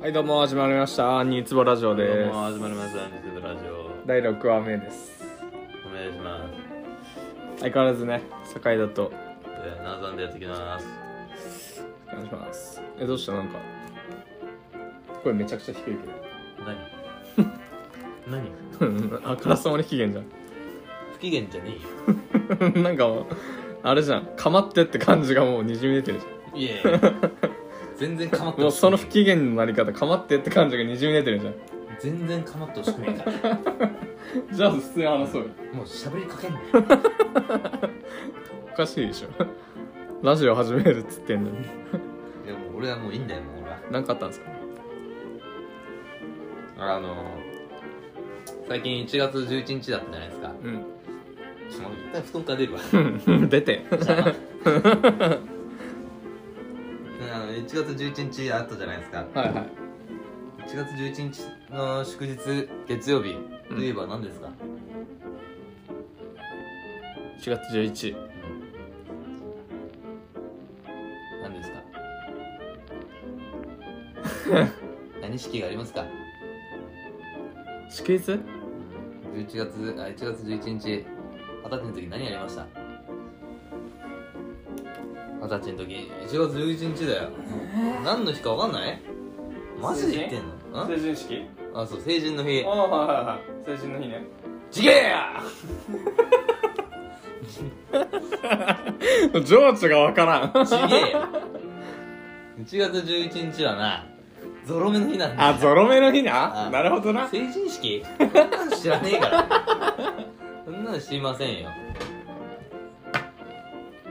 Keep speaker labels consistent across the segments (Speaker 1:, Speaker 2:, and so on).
Speaker 1: はいどうも始まりました「ニーツボラジオ」
Speaker 2: どう
Speaker 1: で
Speaker 2: も
Speaker 1: す
Speaker 2: 始まりましたニュースラジオ
Speaker 1: 第6話目です
Speaker 2: お願いします
Speaker 1: 相変わらずね堺だと
Speaker 2: でナーザンでやってきます
Speaker 1: お願いしますえどうしたなんかこれめちゃくちゃ低い
Speaker 2: 何 何
Speaker 1: けど あからさまに不機嫌じ
Speaker 2: 不機嫌じゃね
Speaker 1: ゃん なんかもうあれじゃんかまってって感じがもうにじみ出てるじ
Speaker 2: えよいやいや全然かまっ
Speaker 1: ゃん
Speaker 2: て
Speaker 1: も
Speaker 2: ほ
Speaker 1: う
Speaker 2: し
Speaker 1: そ
Speaker 2: くねえ
Speaker 1: の不機嫌のなり方かまってって感じがにじみ出てるじゃん
Speaker 2: 全然かまってほしくないから
Speaker 1: じゃあ普通に話そうよ
Speaker 2: もう喋りかけんなよ
Speaker 1: おかしいでしょ ラジオ始めるっつってんのに
Speaker 2: いやもう俺はもういいんだよもう俺は
Speaker 1: 何かあったんですか
Speaker 2: あの最近1月11日だったじゃないですか
Speaker 1: う
Speaker 2: ちょっと一回布団から出るわ
Speaker 1: ん 出て
Speaker 2: あの1月11日あったじゃないですか
Speaker 1: はいはい
Speaker 2: 1月11日の祝日月曜日といえば何ですか、
Speaker 1: 4月11
Speaker 2: 何です か何式がありますか
Speaker 1: 祝日
Speaker 2: 11月あ1月11日二十歳の時何やりました二十歳の時1月11日だよ何の日か分かんないマジで言ってんのん
Speaker 1: 成人式
Speaker 2: あそう成人の日
Speaker 1: ああはいはいはい成人の日ね
Speaker 2: ちげえや
Speaker 1: 情緒がわからん
Speaker 2: ちげえや1月11日はなゾロ目の日なんだよ
Speaker 1: あゾロ目の日な
Speaker 2: あ
Speaker 1: なるほどな
Speaker 2: 成人式そんなの知らね えからそんなの知りませんよ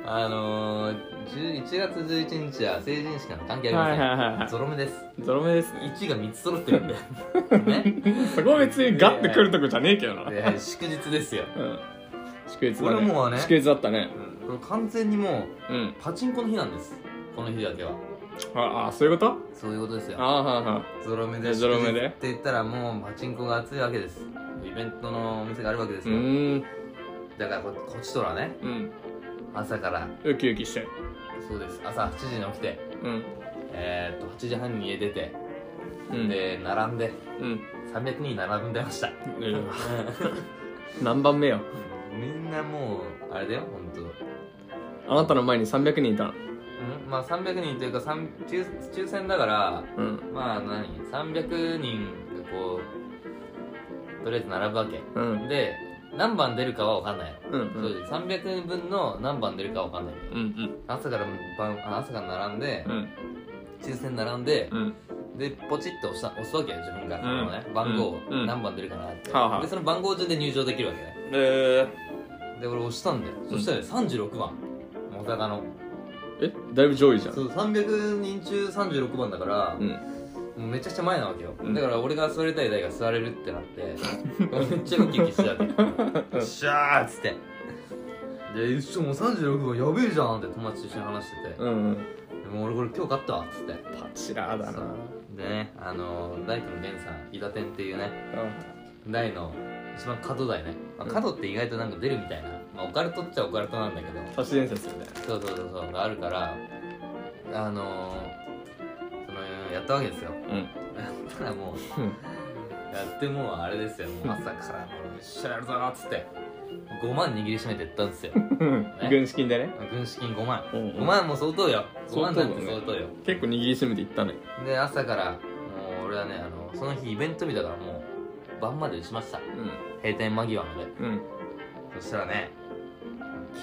Speaker 2: あのー、10 1月11日は成人式なんて関係ありません、
Speaker 1: はいはいはいはい
Speaker 2: ゾロ目です
Speaker 1: ゾロ目ですね
Speaker 2: 1が3つ揃ってるんで ね
Speaker 1: そこは別にガッてくるとこじゃねえけどな、
Speaker 2: で祝日ですよ、
Speaker 1: うん祝日だね
Speaker 2: 俺もはね
Speaker 1: 祝日だったね
Speaker 2: うん、これ完全にも
Speaker 1: うん
Speaker 2: うパチンコの日なんですこの日だけは
Speaker 1: ああそういうこと
Speaker 2: そういうことです
Speaker 1: あ
Speaker 2: よ
Speaker 1: あはいはい
Speaker 2: ゾロ目
Speaker 1: いや
Speaker 2: で
Speaker 1: ゾロ目で
Speaker 2: 祝日って言ったらもうパチンコが熱いわけですイベントのお店があるわけです
Speaker 1: う
Speaker 2: よ、
Speaker 1: ーん
Speaker 2: だからここっちとらね
Speaker 1: うん
Speaker 2: 朝から
Speaker 1: ウキウキして
Speaker 2: そうです朝8時に起きて
Speaker 1: うん
Speaker 2: えー、っと8時半に家出て、
Speaker 1: うん
Speaker 2: で並んで
Speaker 1: うん
Speaker 2: 300人並んでました
Speaker 1: うん何番目よ
Speaker 2: みんなもうあれだよ本当。
Speaker 1: あなたの前に300人いたの
Speaker 2: うんまあ300人というか三抽抽選だから
Speaker 1: うん
Speaker 2: まあ何300人がこうとりあえず並ぶわけ
Speaker 1: うん
Speaker 2: で何番出るかは分かんない
Speaker 1: うんう
Speaker 2: そうんです300人分の何番出るかは分かんない
Speaker 1: うんうん
Speaker 2: 朝から晩あ朝から並んで
Speaker 1: うん
Speaker 2: 抽選並んで、
Speaker 1: うん
Speaker 2: でポチッと押した押すわけよ自分が、
Speaker 1: ん
Speaker 2: そのね、番号を
Speaker 1: うん
Speaker 2: 何番出るかなって、
Speaker 1: はあはあ
Speaker 2: でその番号順で入場できるわけね
Speaker 1: え
Speaker 2: で俺押したんだよ、そしたらね36番大阪の
Speaker 1: ー、えだいぶ上位じゃん
Speaker 2: そう300人中36番だから、
Speaker 1: う
Speaker 2: も
Speaker 1: ん
Speaker 2: うめちゃくちゃ前なわけよ、
Speaker 1: うん
Speaker 2: だから俺が座りたい台が座れるってなって 俺めっちゃウキウキしてたわけよ
Speaker 1: う
Speaker 2: よ
Speaker 1: ん
Speaker 2: っしゃーっつってで一緒もう36番やべえじゃんって友達と一緒に話してて、
Speaker 1: うんうん
Speaker 2: でもう俺これ今日勝ったわっつって
Speaker 1: パチラーだな
Speaker 2: でねあのー大工の源さん伊達店っていうね台の一番角台ね、まあ、角って意外となんか出るみたいな、まあ、オカルトっちゃオカルトなんだけど
Speaker 1: 都市伝説みたい
Speaker 2: そうそうそうそうがあるからあのー、そのやったわけですよ
Speaker 1: な
Speaker 2: やったらもう
Speaker 1: うん
Speaker 2: やってもうあれですよもう朝からもう一緒やるぞっつって5万握りしめてったんですよ
Speaker 1: うん軍資金でね
Speaker 2: 軍資金5万
Speaker 1: うんうん
Speaker 2: 5万も相当よ5万なんて
Speaker 1: 相
Speaker 2: 相
Speaker 1: 当
Speaker 2: 当よ
Speaker 1: 結構握りしめていったね
Speaker 2: で朝からもう俺はねあのその日イベント日だからもう晩まで打ちました
Speaker 1: う
Speaker 2: 閉店間際まで
Speaker 1: んうん
Speaker 2: そしたらね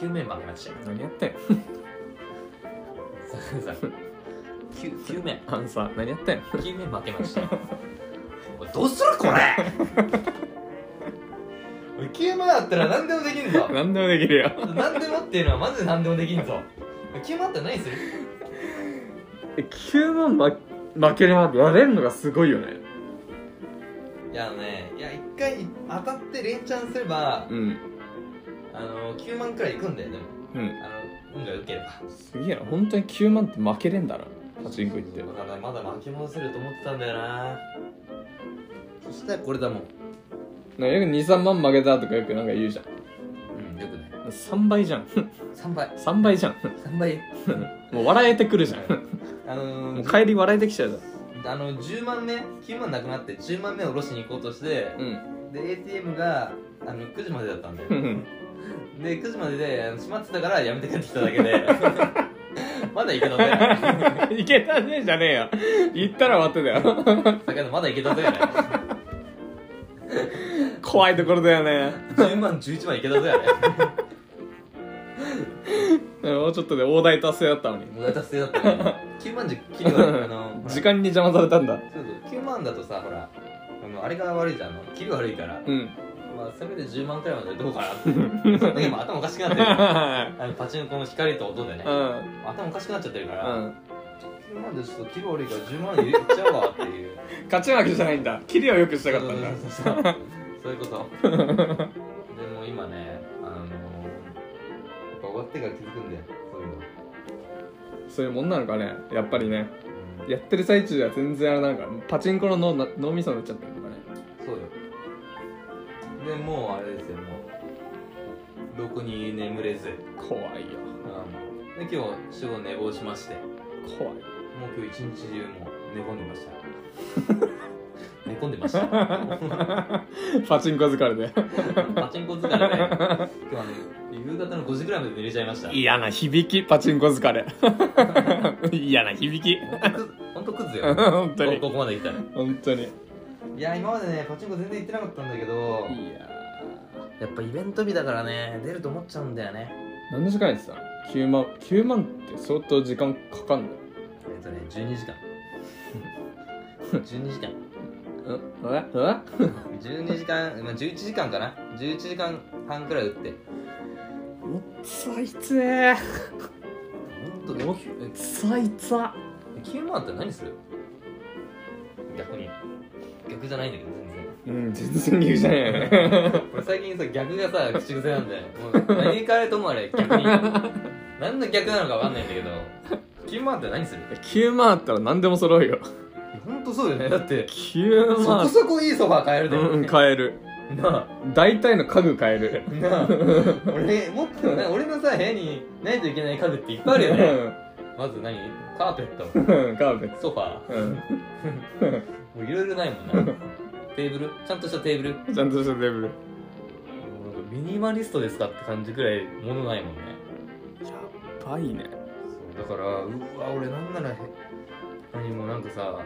Speaker 2: 9面負けましたよ
Speaker 1: 何やってん
Speaker 2: さ 9, 9面
Speaker 1: あのさ何やってん
Speaker 2: 9面負けましたよお いどうするこれおい9面だったら何でもできんぞ
Speaker 1: 何でもできる よ
Speaker 2: 何でもっていうのはマジで何でもできんぞ9面あったら何する
Speaker 1: 9万負けるまでやれんのがすごいよね
Speaker 2: いやあのねいや一回当たって連チャンすれば
Speaker 1: うん
Speaker 2: あの9万くらいいくんだよでも
Speaker 1: うん
Speaker 2: あの運が良ければ
Speaker 1: すげえな本当に9万って負けれんだなパチンコ行って
Speaker 2: だからまだ巻き戻せると思ってたんだよなそしたらこれだもん
Speaker 1: なんかよく23万負けたとかよくなんか言うじゃん
Speaker 2: うんよくね
Speaker 1: 3倍じゃん
Speaker 2: 3倍
Speaker 1: 3 倍じゃん
Speaker 2: 3倍
Speaker 1: もう笑えてくるじゃん
Speaker 2: あの
Speaker 1: もう
Speaker 2: ー、
Speaker 1: 帰り笑えてきちゃうじゃん
Speaker 2: ああの10万目9万なくなって10万目を下ろしに行こうとして
Speaker 1: うん
Speaker 2: で ATM があの9時までだったんだよ
Speaker 1: うん
Speaker 2: で9時までであの閉まってたからやめて帰ってきただけで まだ行けたぜ
Speaker 1: いけたねじゃねえよ行ったら終わってたよ
Speaker 2: 酒のまだ行けたぜやね
Speaker 1: 怖いところだよね
Speaker 2: 10万11万行けたぜやね
Speaker 1: もうちょっとで大台達成だったのに
Speaker 2: 無駄達成だったね9万じゃ切りがあの
Speaker 1: 時間に邪魔されたんだ
Speaker 2: そうそう9万だとさほらあのあれが悪いじゃんあの切り悪いから、
Speaker 1: うん
Speaker 2: まあせめて10万くらいまでどうかなって ちょっと今頭おかしくなってるからあのパチンコの光と音でね、
Speaker 1: うん
Speaker 2: 頭おかしくなっちゃってるか
Speaker 1: う
Speaker 2: ら、
Speaker 1: ん
Speaker 2: 9万でちょっと切り悪いから10万入れちゃうわっていう
Speaker 1: 勝ち負けじゃないんだキリをよくしたかったんだ
Speaker 2: そうそうそうそういうことでも今ねあのー、やっぱ終わってから気づくんだよそういうの、
Speaker 1: そういうもんなのかねやっぱりね
Speaker 2: うん
Speaker 1: やってる最中は全然あれなんかパチンコの脳な脳みそになっちゃってるのかね
Speaker 2: そうよでもうあれですよもうろくに眠れず、
Speaker 1: 怖いよ
Speaker 2: うん、で今日仕事寝坊しましても
Speaker 1: 怖いう
Speaker 2: 今日一日中もう寝込んでました 寝込んでましたパ
Speaker 1: パチンコ疲れで
Speaker 2: チンコ疲れで、今日はね夕方の5時ぐらいまで寝れちゃいました
Speaker 1: 嫌な響きパチンコ疲 れ嫌な響き
Speaker 2: 本当クズよ
Speaker 1: 本当に
Speaker 2: こここまで来たら
Speaker 1: 本当にい
Speaker 2: いや今までねパチンコ全然行ってなかったんだけど
Speaker 1: や
Speaker 2: やっぱイベント日だからね出ると思っちゃうんだよね
Speaker 1: 何の時間やってた9万9万って相当時間かかんの
Speaker 2: えっとね12時間12時間
Speaker 1: うんええ
Speaker 2: 12時間まあ11時間かな11時間半くらい打って
Speaker 1: うっついつえ
Speaker 2: ほんと
Speaker 1: お
Speaker 2: きゅえ
Speaker 1: ついつあ
Speaker 2: 9万って何する逆に逆じゃないんだけど全然
Speaker 1: うん全然理由じゃねえよ ね
Speaker 2: 俺最近さ逆がさ口癖なんだよもう何からともあれ 逆に何の逆なのか分かんないんだけど9万って何する
Speaker 1: 9万あったら何でも揃うよ
Speaker 2: 本当そうよねだって
Speaker 1: 9
Speaker 2: そこ
Speaker 1: 万
Speaker 2: そこいいソファー買えるで、
Speaker 1: うん買える
Speaker 2: な
Speaker 1: 大体の家具買える
Speaker 2: あなあ 俺もっとな俺のさ部屋にないといけない家具っていっぱいあるよねまず何カーペット
Speaker 1: うんうんカーペッ
Speaker 2: ソファ
Speaker 1: トうん
Speaker 2: ーもういろいろないもんなテーブルちゃんとしたテーブルも
Speaker 1: ちゃんとしたテーブル
Speaker 2: うなんかミニマリストですかって感じくらい物ないもんね
Speaker 1: やばいね
Speaker 2: そうだからうわ俺なんならへ何もうなんかさ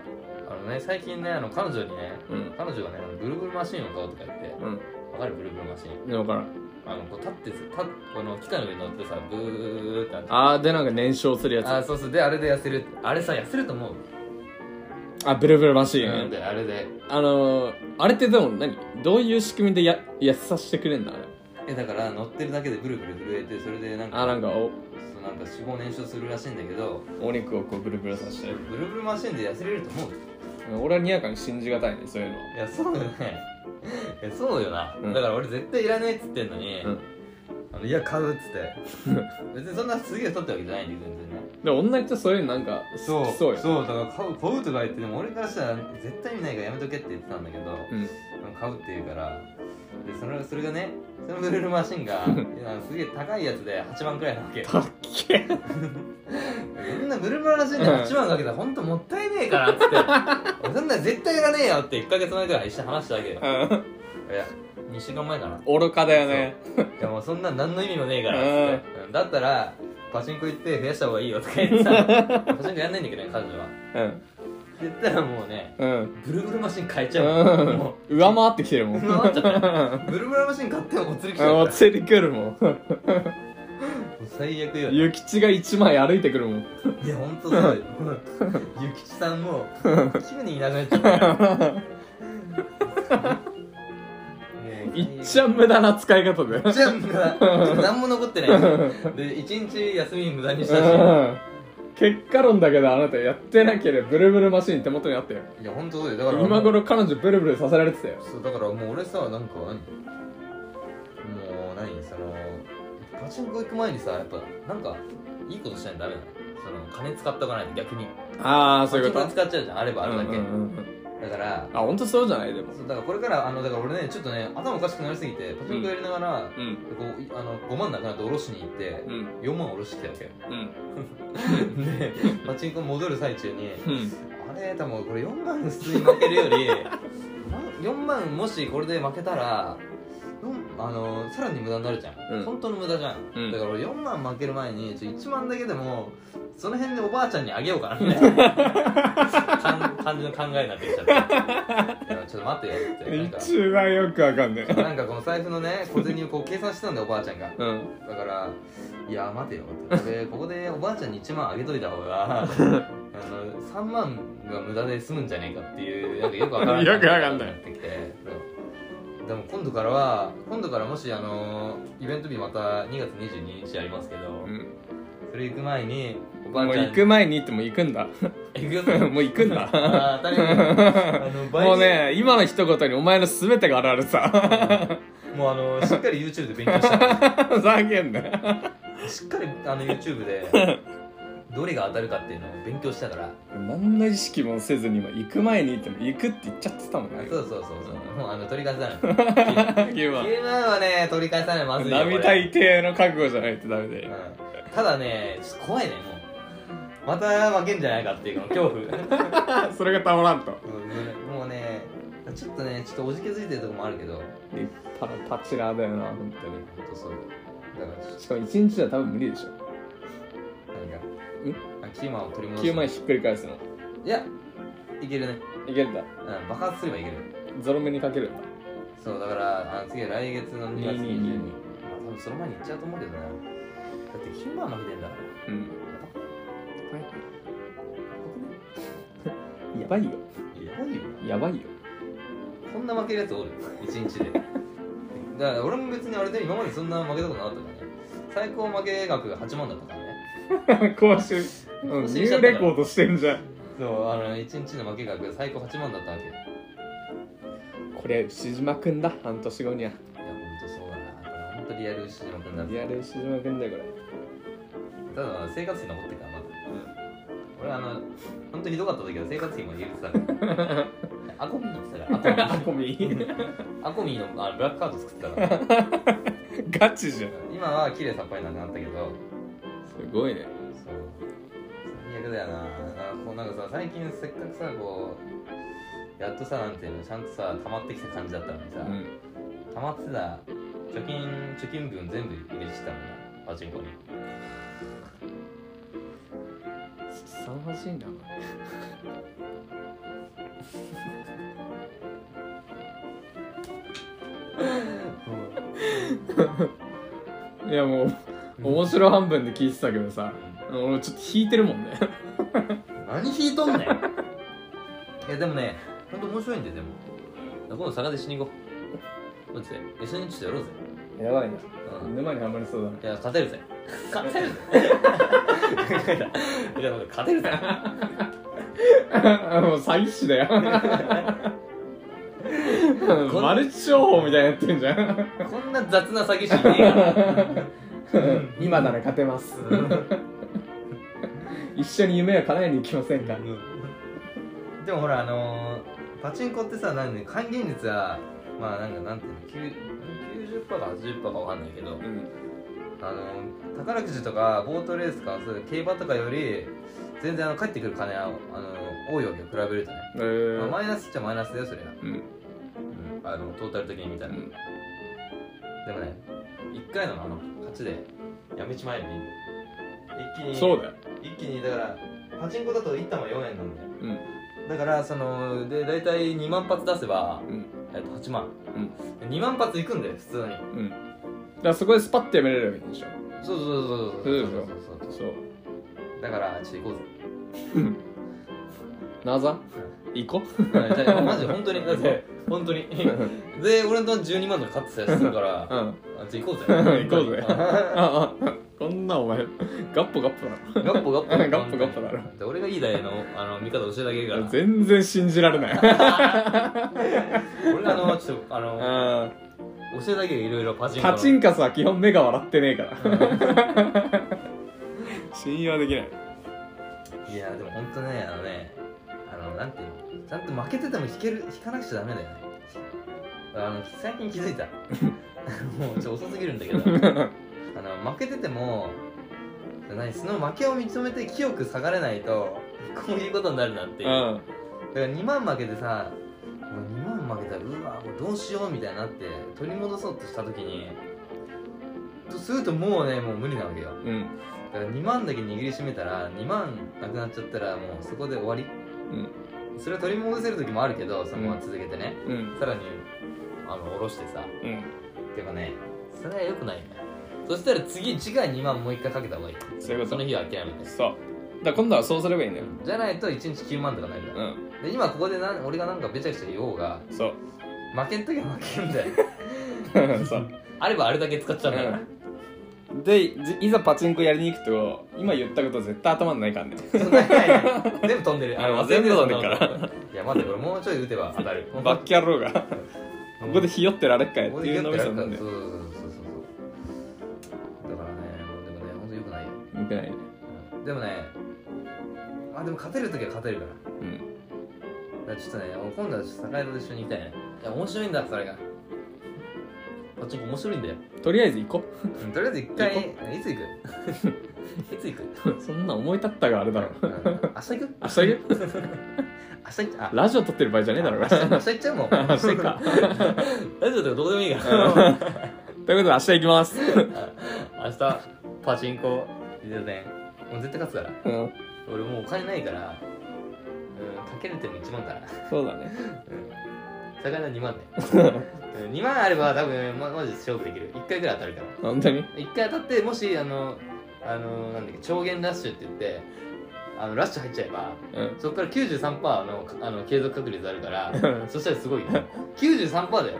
Speaker 2: あのね最近ねあの彼女にね
Speaker 1: うん
Speaker 2: 彼女がねあのブルブルマシンを買おうとか言って
Speaker 1: うん
Speaker 2: わかるブルブルマシン
Speaker 1: でも分からん
Speaker 2: あのこう立ってさ立っこの機械の上に乗ってさブーってあって
Speaker 1: あーでなんか燃焼するやつ
Speaker 2: あそうそうであれで痩せるあれさ痩せると思う、
Speaker 1: あブルブルマシーンね、
Speaker 2: うん、であれで
Speaker 1: あのー、あれってでも何どういう仕組みでややさせてくれんだあれ
Speaker 2: えだから乗ってるだけでブルブル震えてそれでなんか
Speaker 1: あなんかお
Speaker 2: そうなんか脂肪燃焼するらしいんだけど
Speaker 1: お肉をこうブルブルさせ
Speaker 2: ブ
Speaker 1: て
Speaker 2: ルブルマシンで痩せれると思う
Speaker 1: 俺はにやかに信じがたいねそういうの
Speaker 2: いやそうよね いやそうよな、
Speaker 1: うん
Speaker 2: だから俺絶対いらないっつってんのに、
Speaker 1: うん
Speaker 2: あのいや買うっつって別にそんなすげえ取ったわけじゃないんで全然ね
Speaker 1: でも女ってそういうのなんか好きそうよ
Speaker 2: そうだから買う買うとか言ってでも俺からしたら絶対見ないからやめとけって言ってたんだけど、
Speaker 1: うん
Speaker 2: 買うっていうからでそれそれがねそのブルールマシン がいやすげえ高いやつで8万くらいなわけ
Speaker 1: たっけ
Speaker 2: そんなブルールマシンで8万かけたらほんともったいねえからっつって そんな絶対いらねえよって1ヶ月前くらい一緒に話したわけよ
Speaker 1: うん
Speaker 2: いや2週間前かな
Speaker 1: 愚かだよね
Speaker 2: いやもうそんなん何の意味もねえからっつってうんだったらパチンコ行って増やした方がいいよとか言ってさパチンコやんないんだけどね彼女は
Speaker 1: うん
Speaker 2: 言ったらもうね
Speaker 1: うん
Speaker 2: ブルブルマシン変えちゃうのも
Speaker 1: うん上回ってきてるも
Speaker 2: うん上回っちゃったよブルブルマシン買ってもお釣り来ちゃ
Speaker 1: あ
Speaker 2: う
Speaker 1: もう
Speaker 2: から
Speaker 1: 釣り来るもん
Speaker 2: もう最悪よ
Speaker 1: 諭吉が1枚歩いてくるもん
Speaker 2: いや、ほんとそう よ。ゆきちさんも、急にいなくなっちゃったから。
Speaker 1: いっちゃん無駄な使い方で
Speaker 2: いっちゃんが、何も残って ない。で、一日休み無駄にしたし。
Speaker 1: うん結果論だけどあなたやってなければブルブルマシーン手元にあったよ
Speaker 2: いや、ほんとそうよ。だから、
Speaker 1: 今頃彼女ブルブルさせられてたよ
Speaker 2: そう、だからもう俺さ、なんか、何もう、何その、パチンコ行く前にさ、やっぱ、なんか、いいことしないとダメだね。その、金使っとかないと逆に。
Speaker 1: ああ
Speaker 2: パチンコ使っちゃうじゃん、あればあるだけ。だから、
Speaker 1: あ本当そうじゃないでも
Speaker 2: そうだからこれからあのだから俺ねちょっとね頭おかしくなりすぎてパチンコやりながら、
Speaker 1: うん
Speaker 2: こういあの5万なくなって下ろしに行って
Speaker 1: うん
Speaker 2: 4万下ろしてきたわけよ
Speaker 1: うん
Speaker 2: でパチンコ戻る最中に
Speaker 1: うん
Speaker 2: ああれ多分これ4万普通に負けるより な4万もしこれで負けたらうんあのさらに無駄になるじゃん、
Speaker 1: うん
Speaker 2: 本当の無駄じゃん、
Speaker 1: うん
Speaker 2: だから俺4万負ける前にちょ1万だけでもその辺でおばあちゃんにあげようか なみたいな感感じの考えになってきちゃっていやちょっと待ってよってなんか
Speaker 1: 一番よくわかんない
Speaker 2: なんかこの財布のね小銭をこう計算してたんだよおばあちゃんが
Speaker 1: うん
Speaker 2: だから「いや待てよ」ってこれここでおばあちゃんに1万あげといた方があの3万が無駄で済むんじゃねえかっていうなんかよくわからな い
Speaker 1: よくわかんない
Speaker 2: なってきてそうでも今度からは今度からもしあのイベント日また2月22日ありますけど、
Speaker 1: うん
Speaker 2: それ行く前におばあ
Speaker 1: もう
Speaker 2: ちゃん
Speaker 1: 行く前にってもう行くんだ
Speaker 2: 行くよ
Speaker 1: もう行くんだ
Speaker 2: あー当たり前あの 倍
Speaker 1: もうね今の一言にお前の全てが現れてた
Speaker 2: もうあのしっかり YouTube で勉強した
Speaker 1: ふざけんなよ
Speaker 2: しっかりあの YouTube でどれが当たるかっていうのを勉強したから
Speaker 1: 何の意識もせずに今行く前にっても行くって言っちゃってたもんね
Speaker 2: そうそうそうそうもうあの取り返さない 9
Speaker 1: ゲームは
Speaker 2: 万はね取り返さないまずいよこれ
Speaker 1: 並大抵の覚悟じゃないとダメで
Speaker 2: うんただねちょっと怖いねもうまた負けんじゃないかっていうこの 恐 怖
Speaker 1: それがたまらんと
Speaker 2: うんもうねちょっとねちょっとおじけづいてるとこもあるけど
Speaker 1: 立派なパチラーだよな本当に
Speaker 2: 本当そうだからちょっ
Speaker 1: しかも一日じゃ多分無理でしょ
Speaker 2: と何かキーマンを取り戻す
Speaker 1: 9万ひっくり返すの
Speaker 2: いやいけるね、
Speaker 1: いけるんだ
Speaker 2: うん、爆発すればいける
Speaker 1: ゾロ目にかけるんだ
Speaker 2: そうだからあの次は来月の2月
Speaker 1: 22
Speaker 2: 22日まあ多分その前に行っちゃうと思うけどなだってキーマン負けてんだから
Speaker 1: うんやばいよ
Speaker 2: やばいよ
Speaker 1: やばいよ
Speaker 2: こんな負けるやつおる一日 でだから俺も別にあれで今までそんな負けたことなかったからね最高負け額が8万だったからね
Speaker 1: 講習うんニューレコードしてるじゃん
Speaker 2: そうあの一日の負け額が最高8万だったわけいや
Speaker 1: これ牛島くんだ半年後には
Speaker 2: ほんとそうだなこれほんとリアル牛島君だ
Speaker 1: リアル牛島くんだよこれ
Speaker 2: ただ生活費残ってるからまだ俺あのほんとひどかった時は生活費も入れてたから アコミにしたらアコミ
Speaker 1: あコミ
Speaker 2: アコミのあのブラックカード作ってたから
Speaker 1: ガチじゃん
Speaker 2: 今は綺麗さっぱりなくなったけど
Speaker 1: すごいね
Speaker 2: そう最悪だよななんかこうなんかさ最近せっかくさこうやっとさなんていうのちゃんとさ溜まってきた感じだったのにさ、
Speaker 1: うん
Speaker 2: 溜まってた貯金貯金分全部入れてたもんなパチンコに
Speaker 1: 凄まじいなうんいやもう面白半分で聞いてたけどさ俺ちょっと引いてるもんね
Speaker 2: 何引いとんねんいやでもねほんと面白いんだよでも今度佐賀でしに行こうマジで一緒にちょっとやろうぜ、
Speaker 1: やばいね
Speaker 2: うん
Speaker 1: 沼にはまりそうだない
Speaker 2: や勝てるぜ勝てる ぜいやほんと勝てるぜ
Speaker 1: もう詐欺師だよ マルチ商法みたいになってんじゃん
Speaker 2: こんな雑な詐欺師いねえから
Speaker 1: 今なら勝てます一緒に夢を叶えに行きませんか
Speaker 2: でもほらあのーパチンコってさなんで還元率はまあなんかなんていうの9 90%か80%かわかんないけど、あのー宝くじとかボートレースとかそういう競馬とかより全然あの返ってくる金はあのー多いわけよ比べるとね、
Speaker 1: えー
Speaker 2: まあ、マイナスっちゃマイナスだよそれは、
Speaker 1: うん
Speaker 2: うんあのトータル的に見たら、
Speaker 1: うん
Speaker 2: でもね1回のあの勝ちでやめちまえばいいんだよ一気に
Speaker 1: そうだよ
Speaker 2: 一気にだからパチンコだと1玉4円なんだよ
Speaker 1: うん
Speaker 2: だからそので大体2万発出せば、
Speaker 1: うん
Speaker 2: えっと、8万、2万発いくんだよ普通に
Speaker 1: うんだからそこでスパッてやめれればいいんでしょ
Speaker 2: そうそうそ
Speaker 1: そう
Speaker 2: う
Speaker 1: そ
Speaker 2: そう
Speaker 1: う
Speaker 2: そうそう
Speaker 1: そう
Speaker 2: だからちょっと行こ
Speaker 1: なざ
Speaker 2: う
Speaker 1: 行こ
Speaker 2: ぜ、 はいじゃあマジ本当にだって本当にで俺の12万とか買ってたやつするか
Speaker 1: う
Speaker 2: ら
Speaker 1: ん
Speaker 2: あじゃあ行こうぜ
Speaker 1: 行こうぜああこんなお前ガッポガッポだろ
Speaker 2: ガッポガッポ
Speaker 1: ガッポガッポだろ
Speaker 2: で俺がいい台のあの見方教えてあげるから
Speaker 1: 全然信じられない
Speaker 2: 俺があのちょっとあの
Speaker 1: うん
Speaker 2: 教えてあげるいろいろパチンコの
Speaker 1: パチンカスは基本目が笑ってねえから信用できない
Speaker 2: いやでも本当ねあのねあのなんていうのちゃんと負けてても引ける引かなくちゃダメだよねあの最近気づいた もうちょっと遅すぎるんだけどあの負けてても何その負けを認めて清く下がれないとこういうことになるなっていう、
Speaker 1: うん
Speaker 2: だから2万負けてさ2万負けたらうわもうどうしようみたいになって取り戻そうとした時にとするともうねもう無理なわけよ
Speaker 1: うん
Speaker 2: だから2万だけ握りしめたら2万なくなっちゃったらもうそこで終わりそれは取り戻せる時もあるけどそのまま続けてね、
Speaker 1: うんうん
Speaker 2: さらにあの下ろしてさ
Speaker 1: うん
Speaker 2: ていうかねそれは良くないよねそしたら次次回2万もう1回かけた方がいい
Speaker 1: そういうこ
Speaker 2: そ
Speaker 1: と
Speaker 2: の日は諦めて
Speaker 1: そうだから今度はそうすればいいんだよ
Speaker 2: じゃないと1日9万とかなるから、
Speaker 1: うん
Speaker 2: で今ここでな俺がなんかべちゃくちゃ言おうが
Speaker 1: そう
Speaker 2: 負けんときは負けんだよ
Speaker 1: そう
Speaker 2: あればあれだけ使っちゃうんだから、
Speaker 1: でいいざパチンコやりに行くと今言ったこと絶対頭にないからね
Speaker 2: そんなないない全部飛んでるあの
Speaker 1: うん全部飛んで
Speaker 2: る
Speaker 1: るから
Speaker 2: いや待ってこれもうちょい打てば当た る
Speaker 1: バッキャローがここでひよってられっか
Speaker 2: こ
Speaker 1: いっ
Speaker 2: こ
Speaker 1: て
Speaker 2: で
Speaker 1: い
Speaker 2: や
Speaker 1: う
Speaker 2: っ
Speaker 1: の
Speaker 2: て
Speaker 1: み
Speaker 2: や
Speaker 1: さ
Speaker 2: る
Speaker 1: ん
Speaker 2: か
Speaker 1: な
Speaker 2: ら
Speaker 1: ん
Speaker 2: そう
Speaker 1: で
Speaker 2: そうそうそうだからねもうでもね本当良くないよ、
Speaker 1: 見てないね
Speaker 2: うんでもねまあでも勝てるときは勝てるから
Speaker 1: うん
Speaker 2: だからちょっとね今度は坂井戸と一緒に行きたいねいや面白いんだそれがパチンコ面白いん だよ
Speaker 1: とりあえず行こ
Speaker 2: とりあえず一回いつ行く いつ行く
Speaker 1: う そんな思い立ったがあれだろ
Speaker 2: うん明日行く
Speaker 1: 明日行 く
Speaker 2: 明日行っあ
Speaker 1: ラジオ撮ってる場合じゃねえだろ
Speaker 2: 明日明日行っちゃうもん
Speaker 1: 明日か
Speaker 2: ラジオとかどうでもい いから
Speaker 1: ということで明日行きます
Speaker 2: 明日パチンコいやねもう絶対勝つか ら
Speaker 1: うん
Speaker 2: 俺もうお金ないからうんかけるっても1万から
Speaker 1: そうだね
Speaker 2: 魚2万ね うん2万あれば多分まマジで勝負できる1回ぐらい当たるから
Speaker 1: 本当に
Speaker 2: 一回当たってもしあのあのなんだっけ超限ラッシュって言ってあのラッシュ入っちゃえば
Speaker 1: うん
Speaker 2: そこから93%のかあの継続確率あるから
Speaker 1: う
Speaker 2: そしたらすごいよ93%だよ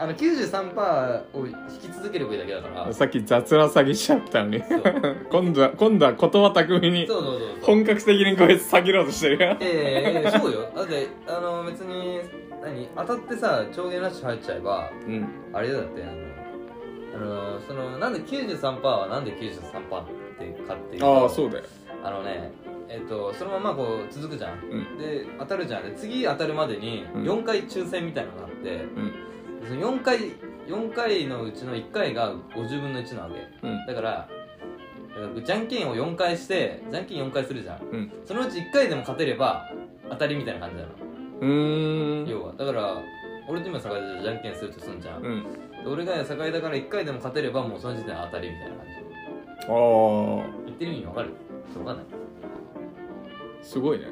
Speaker 2: あの93%を引き続ければいいだけ だからそう
Speaker 1: さっき雑な詐欺しちゃったのに
Speaker 2: そう
Speaker 1: 今度は今度は言葉巧みに
Speaker 2: そうそうそう
Speaker 1: 本格的にこいつ詐欺ろうとしてるよ
Speaker 2: ええそうよだってあの別に何当たってさ超限ラッシュ入っちゃえば
Speaker 1: うん
Speaker 2: あれだってあのあのそのなんで93%はなんで93%ってかっていうと
Speaker 1: ああそうだよ
Speaker 2: あのねえっ、とそのままこう続くじゃん、
Speaker 1: う
Speaker 2: で当たるじゃんで次当たるまでに
Speaker 1: うん
Speaker 2: 4回抽選みたいなのがあって、
Speaker 1: ん
Speaker 2: その4回4回のうちの1回が50分の1なわけ
Speaker 1: うん
Speaker 2: だからえーじゃんけんを4回してじゃんけん4回するじゃん、
Speaker 1: うん
Speaker 2: そのうち1回でも勝てれば当たりみたいな感じなの、
Speaker 1: うーん
Speaker 2: 要はだから俺と今坂井田でじゃんけんするとすんじゃん、
Speaker 1: うん
Speaker 2: で俺が坂井田から1回でも勝てればもうその時点で当たりみたいな感じ
Speaker 1: ああ
Speaker 2: 言ってる意味わかるわかんない
Speaker 1: すごいね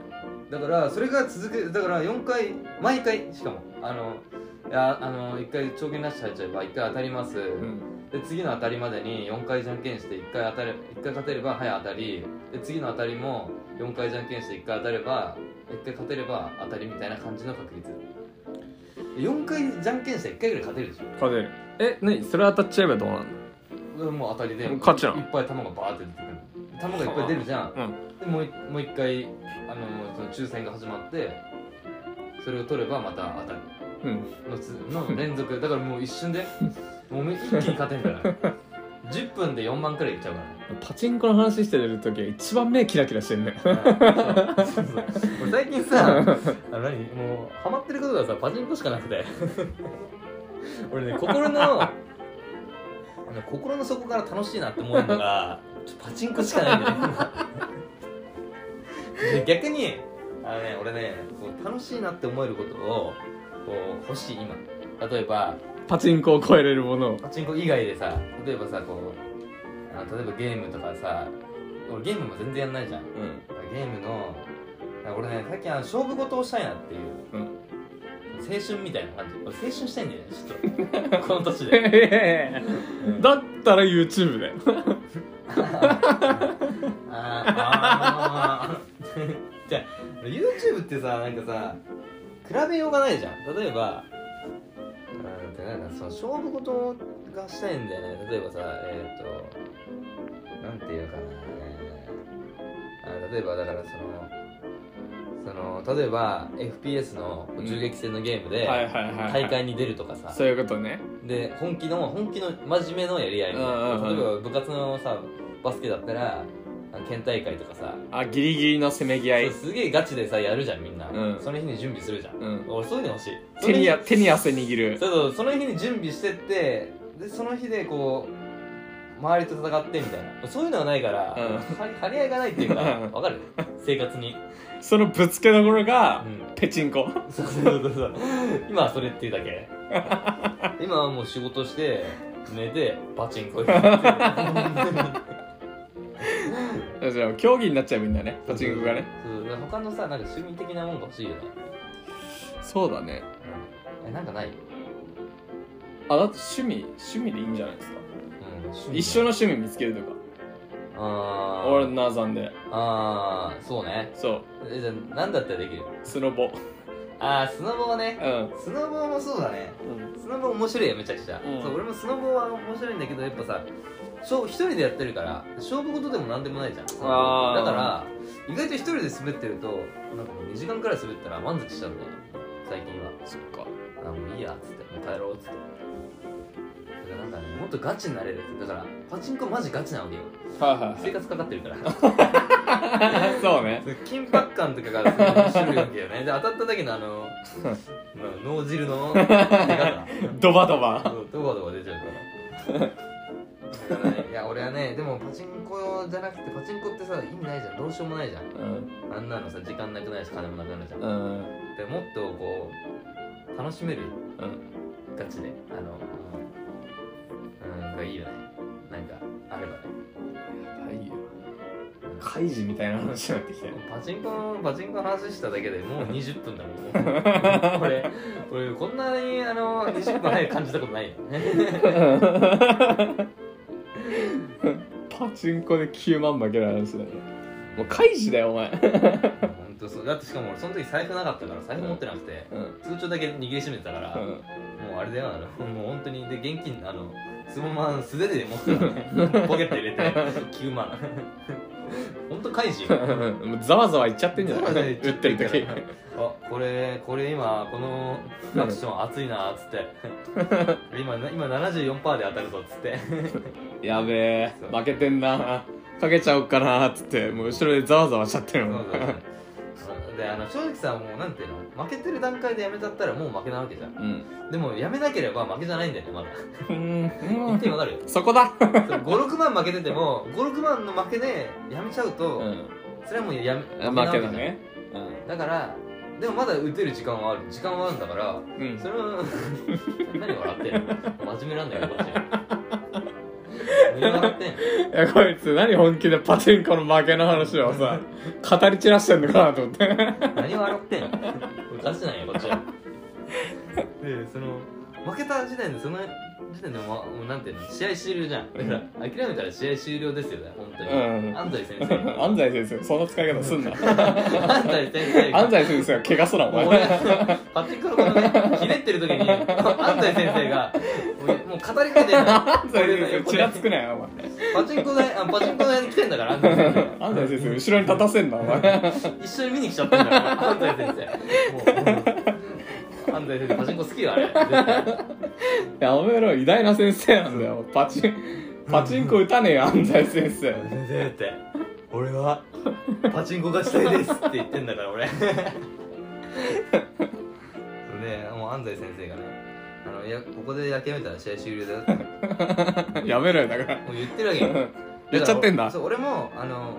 Speaker 2: だからそれが続くだから4回毎回しかもあのいやあの1回長限ラッシュ入っちゃえば1回当たります、
Speaker 1: うん
Speaker 2: で次の当たりまでに4回じゃんけんして1回当たれ一回勝てればはい当たりで次の当たりも4回じゃんけんして1回当たれば1回勝てれば当たりみたいな感じの確率4回じゃんけんして1回ぐらい勝てるでしょ
Speaker 1: 勝てるえ何それ当たっちゃえばどうなんの
Speaker 2: これもう当たりで
Speaker 1: 勝ちないの
Speaker 2: っぱい球がバーって出てくる球がいっぱい出るじゃん
Speaker 1: うん
Speaker 2: でもういもう一回あのその抽選が始まってそれを取ればまた当たる
Speaker 1: うん
Speaker 2: のつの 連続だからもう一瞬でもう一気に勝てんから10分で4万くらいいっちゃうからね
Speaker 1: パチンコの話してる時は一番目キラキラしてんね
Speaker 2: そうそう俺最近さあの何もうハマってることがさパチンコしかなくて 俺ね心のあの心の底から楽しいなって思うのがちょっとパチンコしかないんだよねで逆にあのね俺ねこう楽しいなって思えることをこう欲しい今例えば
Speaker 1: パチンコを超えれるものを
Speaker 2: パチンコ以外でさ例えばさこうあの例えばゲームとかさ俺ゲームも全然やんないじゃん
Speaker 1: うん
Speaker 2: ゲームの俺ね最近あの勝負事をしたいなっていう、
Speaker 1: うん
Speaker 2: 青春みたいな感じ俺青春した いんだよねちょっとこの年で、うん
Speaker 1: だったら YouTube だよ
Speaker 2: あーあ ーじゃあ YouTube ってさなんかさ比べようがないじゃん例えばうんってなんかその勝負事がしたいんだよね例えばさえっ、となんていうかな、あ例えばだからそのその例えば FPS の銃撃戦のゲームで
Speaker 1: はいは
Speaker 2: 大会に出るとかさ、
Speaker 1: そういうことね
Speaker 2: で本気の本気の真面目のやり合いみたいな
Speaker 1: うんうんう
Speaker 2: 例え
Speaker 1: ん
Speaker 2: ば部活のさバスケだったらあの県大会とかさ、
Speaker 1: あギリギリのせめぎ合い
Speaker 2: そうすげえガチでさやるじゃんみんな、
Speaker 1: うん
Speaker 2: その日に準備するじゃん、
Speaker 1: うん
Speaker 2: 俺そういうの欲しい
Speaker 1: 手に
Speaker 2: や
Speaker 1: や手に汗握る
Speaker 2: そうそうその日に準備してってでその日でこう周りと戦ってみたいなそういうのはないから、
Speaker 1: うん
Speaker 2: 張り張り合いがないっていうか
Speaker 1: うん
Speaker 2: わかる生活に、
Speaker 1: そのぶつけどころ
Speaker 2: う
Speaker 1: が、
Speaker 2: ん、
Speaker 1: ペチンコ
Speaker 2: そうそうそうそう今はそれっていうだけ今はもう仕事して寝てパチンコ行くっていう
Speaker 1: だから競技になっちゃうみんなねパチンコがね
Speaker 2: そうだから他のさなんか趣味的なもんが欲しいよね、
Speaker 1: そうだね
Speaker 2: えなんかない、
Speaker 1: あだって趣味趣味でいいんじゃないですか
Speaker 2: うん
Speaker 1: 一緒の趣味見つけると
Speaker 2: あ
Speaker 1: か
Speaker 2: ー
Speaker 1: 俺のナーザンで
Speaker 2: あーそうね
Speaker 1: そう
Speaker 2: えじゃあ何だったらできる
Speaker 1: スノボ
Speaker 2: ああスノボね
Speaker 1: うん
Speaker 2: スノボもそうだねスノボ面白いよめちゃくちゃ、
Speaker 1: うん
Speaker 2: そう俺もスノボは面白いんだけどやっぱさ勝一人でやってるから勝負事でも何でもないじゃんだ
Speaker 1: あー
Speaker 2: から意外と一人で滑ってるとなんかもう2時間くらい滑ったら満足しちゃうんだよ最近は
Speaker 1: そっか
Speaker 2: あもういいやっつってもう帰ろうっつってだからなんかねもっとガチになれるだからパチンコマジガチなわけよ
Speaker 1: はい はい
Speaker 2: 生活かかってるから
Speaker 1: はい そうね
Speaker 2: 緊迫感とかがすごい面白いわけよねで当たっただけの あのまあ脳汁の出方
Speaker 1: ドバドバ
Speaker 2: そうドバドバ出ちゃうからだからねいや俺はねでもパチンコじゃなくてパチンコってさ意味ないじゃんどうしようもないじゃん
Speaker 1: うん
Speaker 2: あんなのさ時間なくないし金もなくなるじゃんで
Speaker 1: うん
Speaker 2: もっとこう楽しめる
Speaker 1: うん
Speaker 2: ガチであのうんなんかいいよねなんかあればね
Speaker 1: いよカイジみたいな話になってきたよ
Speaker 2: パチンコのパチンコの話しただけでもう20分だ もんこれ俺こんなにあの20分早く感じたことないよ
Speaker 1: パチンコで9万負ける話だよもうカイジだよお前
Speaker 2: ほんとそうだってしかも俺その時財布なかったから財布持ってなくて
Speaker 1: うん
Speaker 2: 通帳だけ握りしめてたから、
Speaker 1: うん
Speaker 2: もうあれだよあのもう本当にで現金あのそのまま素手で持ってたねポケット入れて9万 本当開示よ
Speaker 1: もうざわざわいっちゃってんじゃない打ってる時
Speaker 2: あこれこれ今このアクション熱いなっつって 今今74%で当たるぞっつって
Speaker 1: やべえ
Speaker 2: そう
Speaker 1: 負けてんなかけちゃおっかなーっつってもう後ろでざわざわしちゃってる
Speaker 2: そう
Speaker 1: も
Speaker 2: そ
Speaker 1: ん
Speaker 2: うそうであの正直さもうなんていうの負けてる段階でやめちゃったらもう負けなわけじゃん
Speaker 1: うん
Speaker 2: でもやめなければ負けじゃないんだよねまだ
Speaker 1: うん
Speaker 2: 言ってわかるよ
Speaker 1: そこだ
Speaker 2: 56万負けてても56万の負けでやめちゃうと、
Speaker 1: うん
Speaker 2: それはもうやめ
Speaker 1: 負け
Speaker 2: な
Speaker 1: だ
Speaker 2: わじゃん
Speaker 1: ね
Speaker 2: だからでもまだ打てる時間はある時間はあるんだから
Speaker 1: うん
Speaker 2: それは 何笑ってんの真面目なんだよこっち何笑ってんの
Speaker 1: いやこいつ何本気でパチンコの負けの話をさ語り散らしてんのかなと思って
Speaker 2: 何笑ってんのおかしないよこっちはでその負けた時点でその時点でもうもうなんていうの試合終了じゃんだから諦めたら試合終了ですよね本当に、
Speaker 1: うん
Speaker 2: 安西先生
Speaker 1: 安西先生そんな使い方すん な
Speaker 2: 安西先生が
Speaker 1: 安西先生は怪我すらお
Speaker 2: もう
Speaker 1: 前
Speaker 2: 俺パチンコのことねひねってる時に安西先生がもうもう語りかけてんのよ
Speaker 1: 安西先生ちらつくなよ
Speaker 2: パチンコ台あパチンコ台に来てんだから安西
Speaker 1: お前
Speaker 2: 先 生
Speaker 1: 安西先生後ろに立たせんなお前
Speaker 2: 一緒に見に来ちゃってんだから安西先生もう安西先生パチンコ好きよあれ絶対
Speaker 1: やめろ偉大な先生なんだよパチンパチンコ打たねえよ安西先生
Speaker 2: 先生って俺はパチンコがしたいですって言ってんだから俺 そうねもう安西先生がねあのいやここで諦めたら試合終了だよっても
Speaker 1: やめろよだから
Speaker 2: う言ってるわけよ
Speaker 1: 言っちゃってん
Speaker 2: から
Speaker 1: だ
Speaker 2: そう俺もあの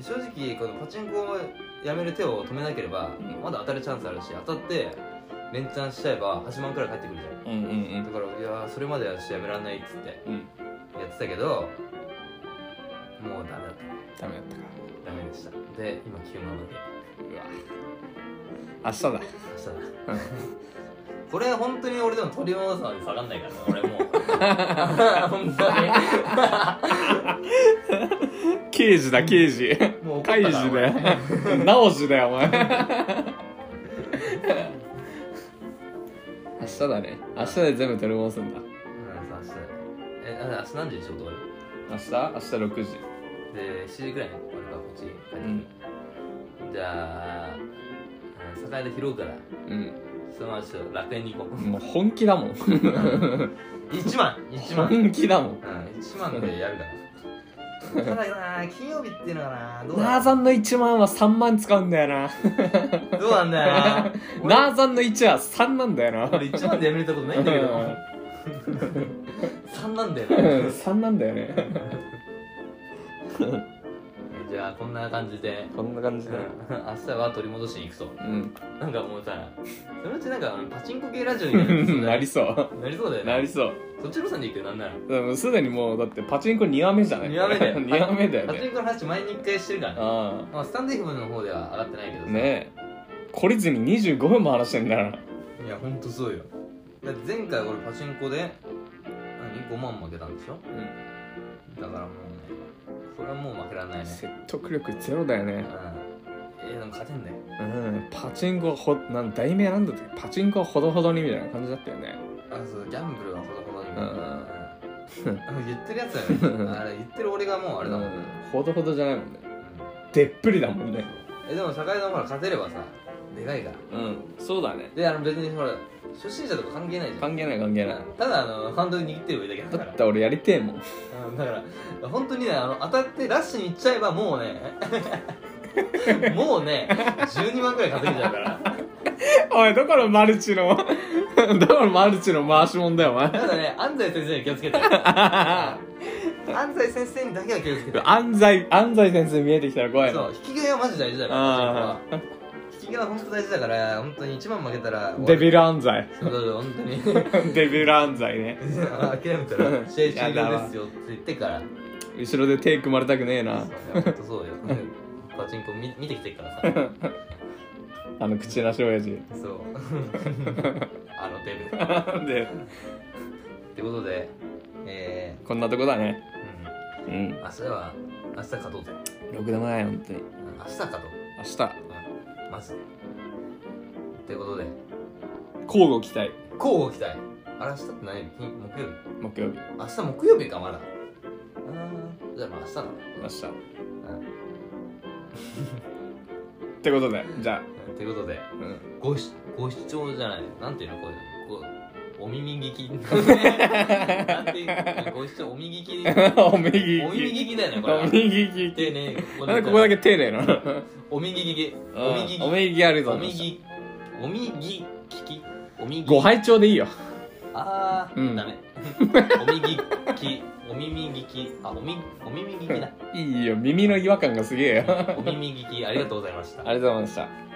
Speaker 2: 正直このパチンコをやめる手を止めなければ
Speaker 1: うん
Speaker 2: まだ当たるチャンスあるし当たって連チャンしちゃえば8万くらい返ってくる
Speaker 1: う
Speaker 2: じゃ
Speaker 1: んうん
Speaker 2: んだからいやーそれまではやめらんないっつって
Speaker 1: うんうん
Speaker 2: やってたけどもうダメだった
Speaker 1: ダメだったか
Speaker 2: ダメでしたで今9万まで
Speaker 1: うわ明日だ
Speaker 2: 明日だ これ本当に俺でも取り戻すまで下がんないからな俺もう 本
Speaker 1: 刑事だ刑事
Speaker 2: 当にもう怒
Speaker 1: カイ
Speaker 2: った
Speaker 1: ジ
Speaker 2: から
Speaker 1: だ
Speaker 2: 俺
Speaker 1: よ直しだよお前 明日だね明日で全部取り戻すんだ
Speaker 2: うん明日だえあ明日何時に仕事終わる
Speaker 1: 明日明日6時
Speaker 2: で7時ぐらいに俺がこっち帰ってくる、
Speaker 1: うん
Speaker 2: じゃあうん酒屋で拾うからそのままちょっと楽園に行こ
Speaker 1: うんもう本気だもん
Speaker 2: う1万1万
Speaker 1: 本気だもん
Speaker 2: うん1万でやるからただな金曜日っていうのはなどう
Speaker 1: ナ
Speaker 2: だ
Speaker 1: ーザンの1万は3万使うんだよな
Speaker 2: どうなんだよな俺
Speaker 1: ナーザンの1は3なんだよな
Speaker 2: 俺1万でやめれたことないんだけど
Speaker 1: うん
Speaker 2: 3なんだよな
Speaker 1: 3なんだよね
Speaker 2: じゃあこんな感じで
Speaker 1: こんな感
Speaker 2: うん明日は取り戻しに行くと
Speaker 1: うん
Speaker 2: なんかもうさそのうちなんかあのパチンコ系ラジオになりそう
Speaker 1: うんな
Speaker 2: だよ
Speaker 1: りそう
Speaker 2: ねなりそうだよ
Speaker 1: な
Speaker 2: ね
Speaker 1: りそう
Speaker 2: そっちのさんで行くよなんなら
Speaker 1: でもすでにもうだってパチンコ2話目じゃない
Speaker 2: 2話目 だよ
Speaker 1: 2話目だよ
Speaker 2: パチン
Speaker 1: ね
Speaker 2: コの話前に1回してるからね
Speaker 1: あ
Speaker 2: まあ、スタンディングの方では上がってないけど
Speaker 1: あ
Speaker 2: さ
Speaker 1: ねえ懲りずに25分も話してんだから
Speaker 2: いやほんとそうよだって前回俺パチンコで何5万負けたんでしょだからもうねこれはもう負けられないね
Speaker 1: 説得力ゼロだよ
Speaker 2: うん
Speaker 1: ね
Speaker 2: えー、でも勝てんだよ
Speaker 1: うんパチンコはほなん題名なんだってパチンコはほどほどにみたいな感じだったよね
Speaker 2: あそうギャンブルはほどほどに
Speaker 1: ん
Speaker 2: うんあの言ってるやつ だよねあれ言ってる俺がもうあれだもん、うん
Speaker 1: うほどほどじゃないもんねでっぷりだもんね
Speaker 2: えでも酒井さんほら勝てればさでかいから
Speaker 1: うんそうだね
Speaker 2: であの別にほら初心者とか関係ないじゃん
Speaker 1: 関係ない関係ない
Speaker 2: ただあのハンドル握ってればいいだけだか
Speaker 1: だ
Speaker 2: ら
Speaker 1: って俺やりてえもん
Speaker 2: うんだから本当にねあの当たってラッシュに行っちゃえばも うねもうね12万くらい稼げちゃうから
Speaker 1: おいどこのマルチの どこのマルチの回しもんだよお前
Speaker 2: ただね安西先生に気をつけ て安西先生にだけは気をつけて
Speaker 1: 安西安西先生見えてきたら怖い
Speaker 2: そう引き際はマジ大事だから
Speaker 1: あ
Speaker 2: 引き際は本当大事だから本当に1万負けたら
Speaker 1: デビル安西
Speaker 2: そうそうそう本当に
Speaker 1: デビル安西ね
Speaker 2: 諦めたら試合終了ですよって言ってから
Speaker 1: 後ろで手組まれたくねえな
Speaker 2: そうね本当 そうよパチンコ見見てきてるからさ
Speaker 1: あの口なし親父
Speaker 2: そうあのデブ
Speaker 1: で
Speaker 2: ってことで、え
Speaker 1: こんなとこだね
Speaker 2: ーう
Speaker 1: う
Speaker 2: ん、
Speaker 1: ん
Speaker 2: 明日は明日勝とうぜ。
Speaker 1: ろくでもない本当に
Speaker 2: うん明日勝とう。
Speaker 1: 明日
Speaker 2: うんまず。ってことで、
Speaker 1: 交互期待
Speaker 2: こうご期待。あれ明日って何曜日金木曜日
Speaker 1: 木曜日
Speaker 2: 明日木曜日か、まだ。うん。じゃあまあ明日だな。
Speaker 1: 明日っ
Speaker 2: うん
Speaker 1: てことでじゃ
Speaker 2: ってことで、
Speaker 1: あ、うん、
Speaker 2: ごしご視聴じゃない。なんていうのこういうのこうお耳聞 き。なんていうのご視聴、お耳聞 き。
Speaker 1: お右利き
Speaker 2: お耳聞きだよね、これ
Speaker 1: お
Speaker 2: は。
Speaker 1: 右利き
Speaker 2: 丁寧にこ
Speaker 1: なんでここだけ丁寧なの
Speaker 2: お耳聞き。お耳聞き
Speaker 1: お。右利きありがと
Speaker 2: お
Speaker 1: うございまし
Speaker 2: 右お右利きお右
Speaker 1: たご拝聴でいいよ
Speaker 2: ああ、
Speaker 1: うん
Speaker 2: ダ メお右利きお耳利きあおみお耳利きだ
Speaker 1: いいよ耳の違和感がすげえよ
Speaker 2: お耳利きありがとうございました
Speaker 1: ありがとうございました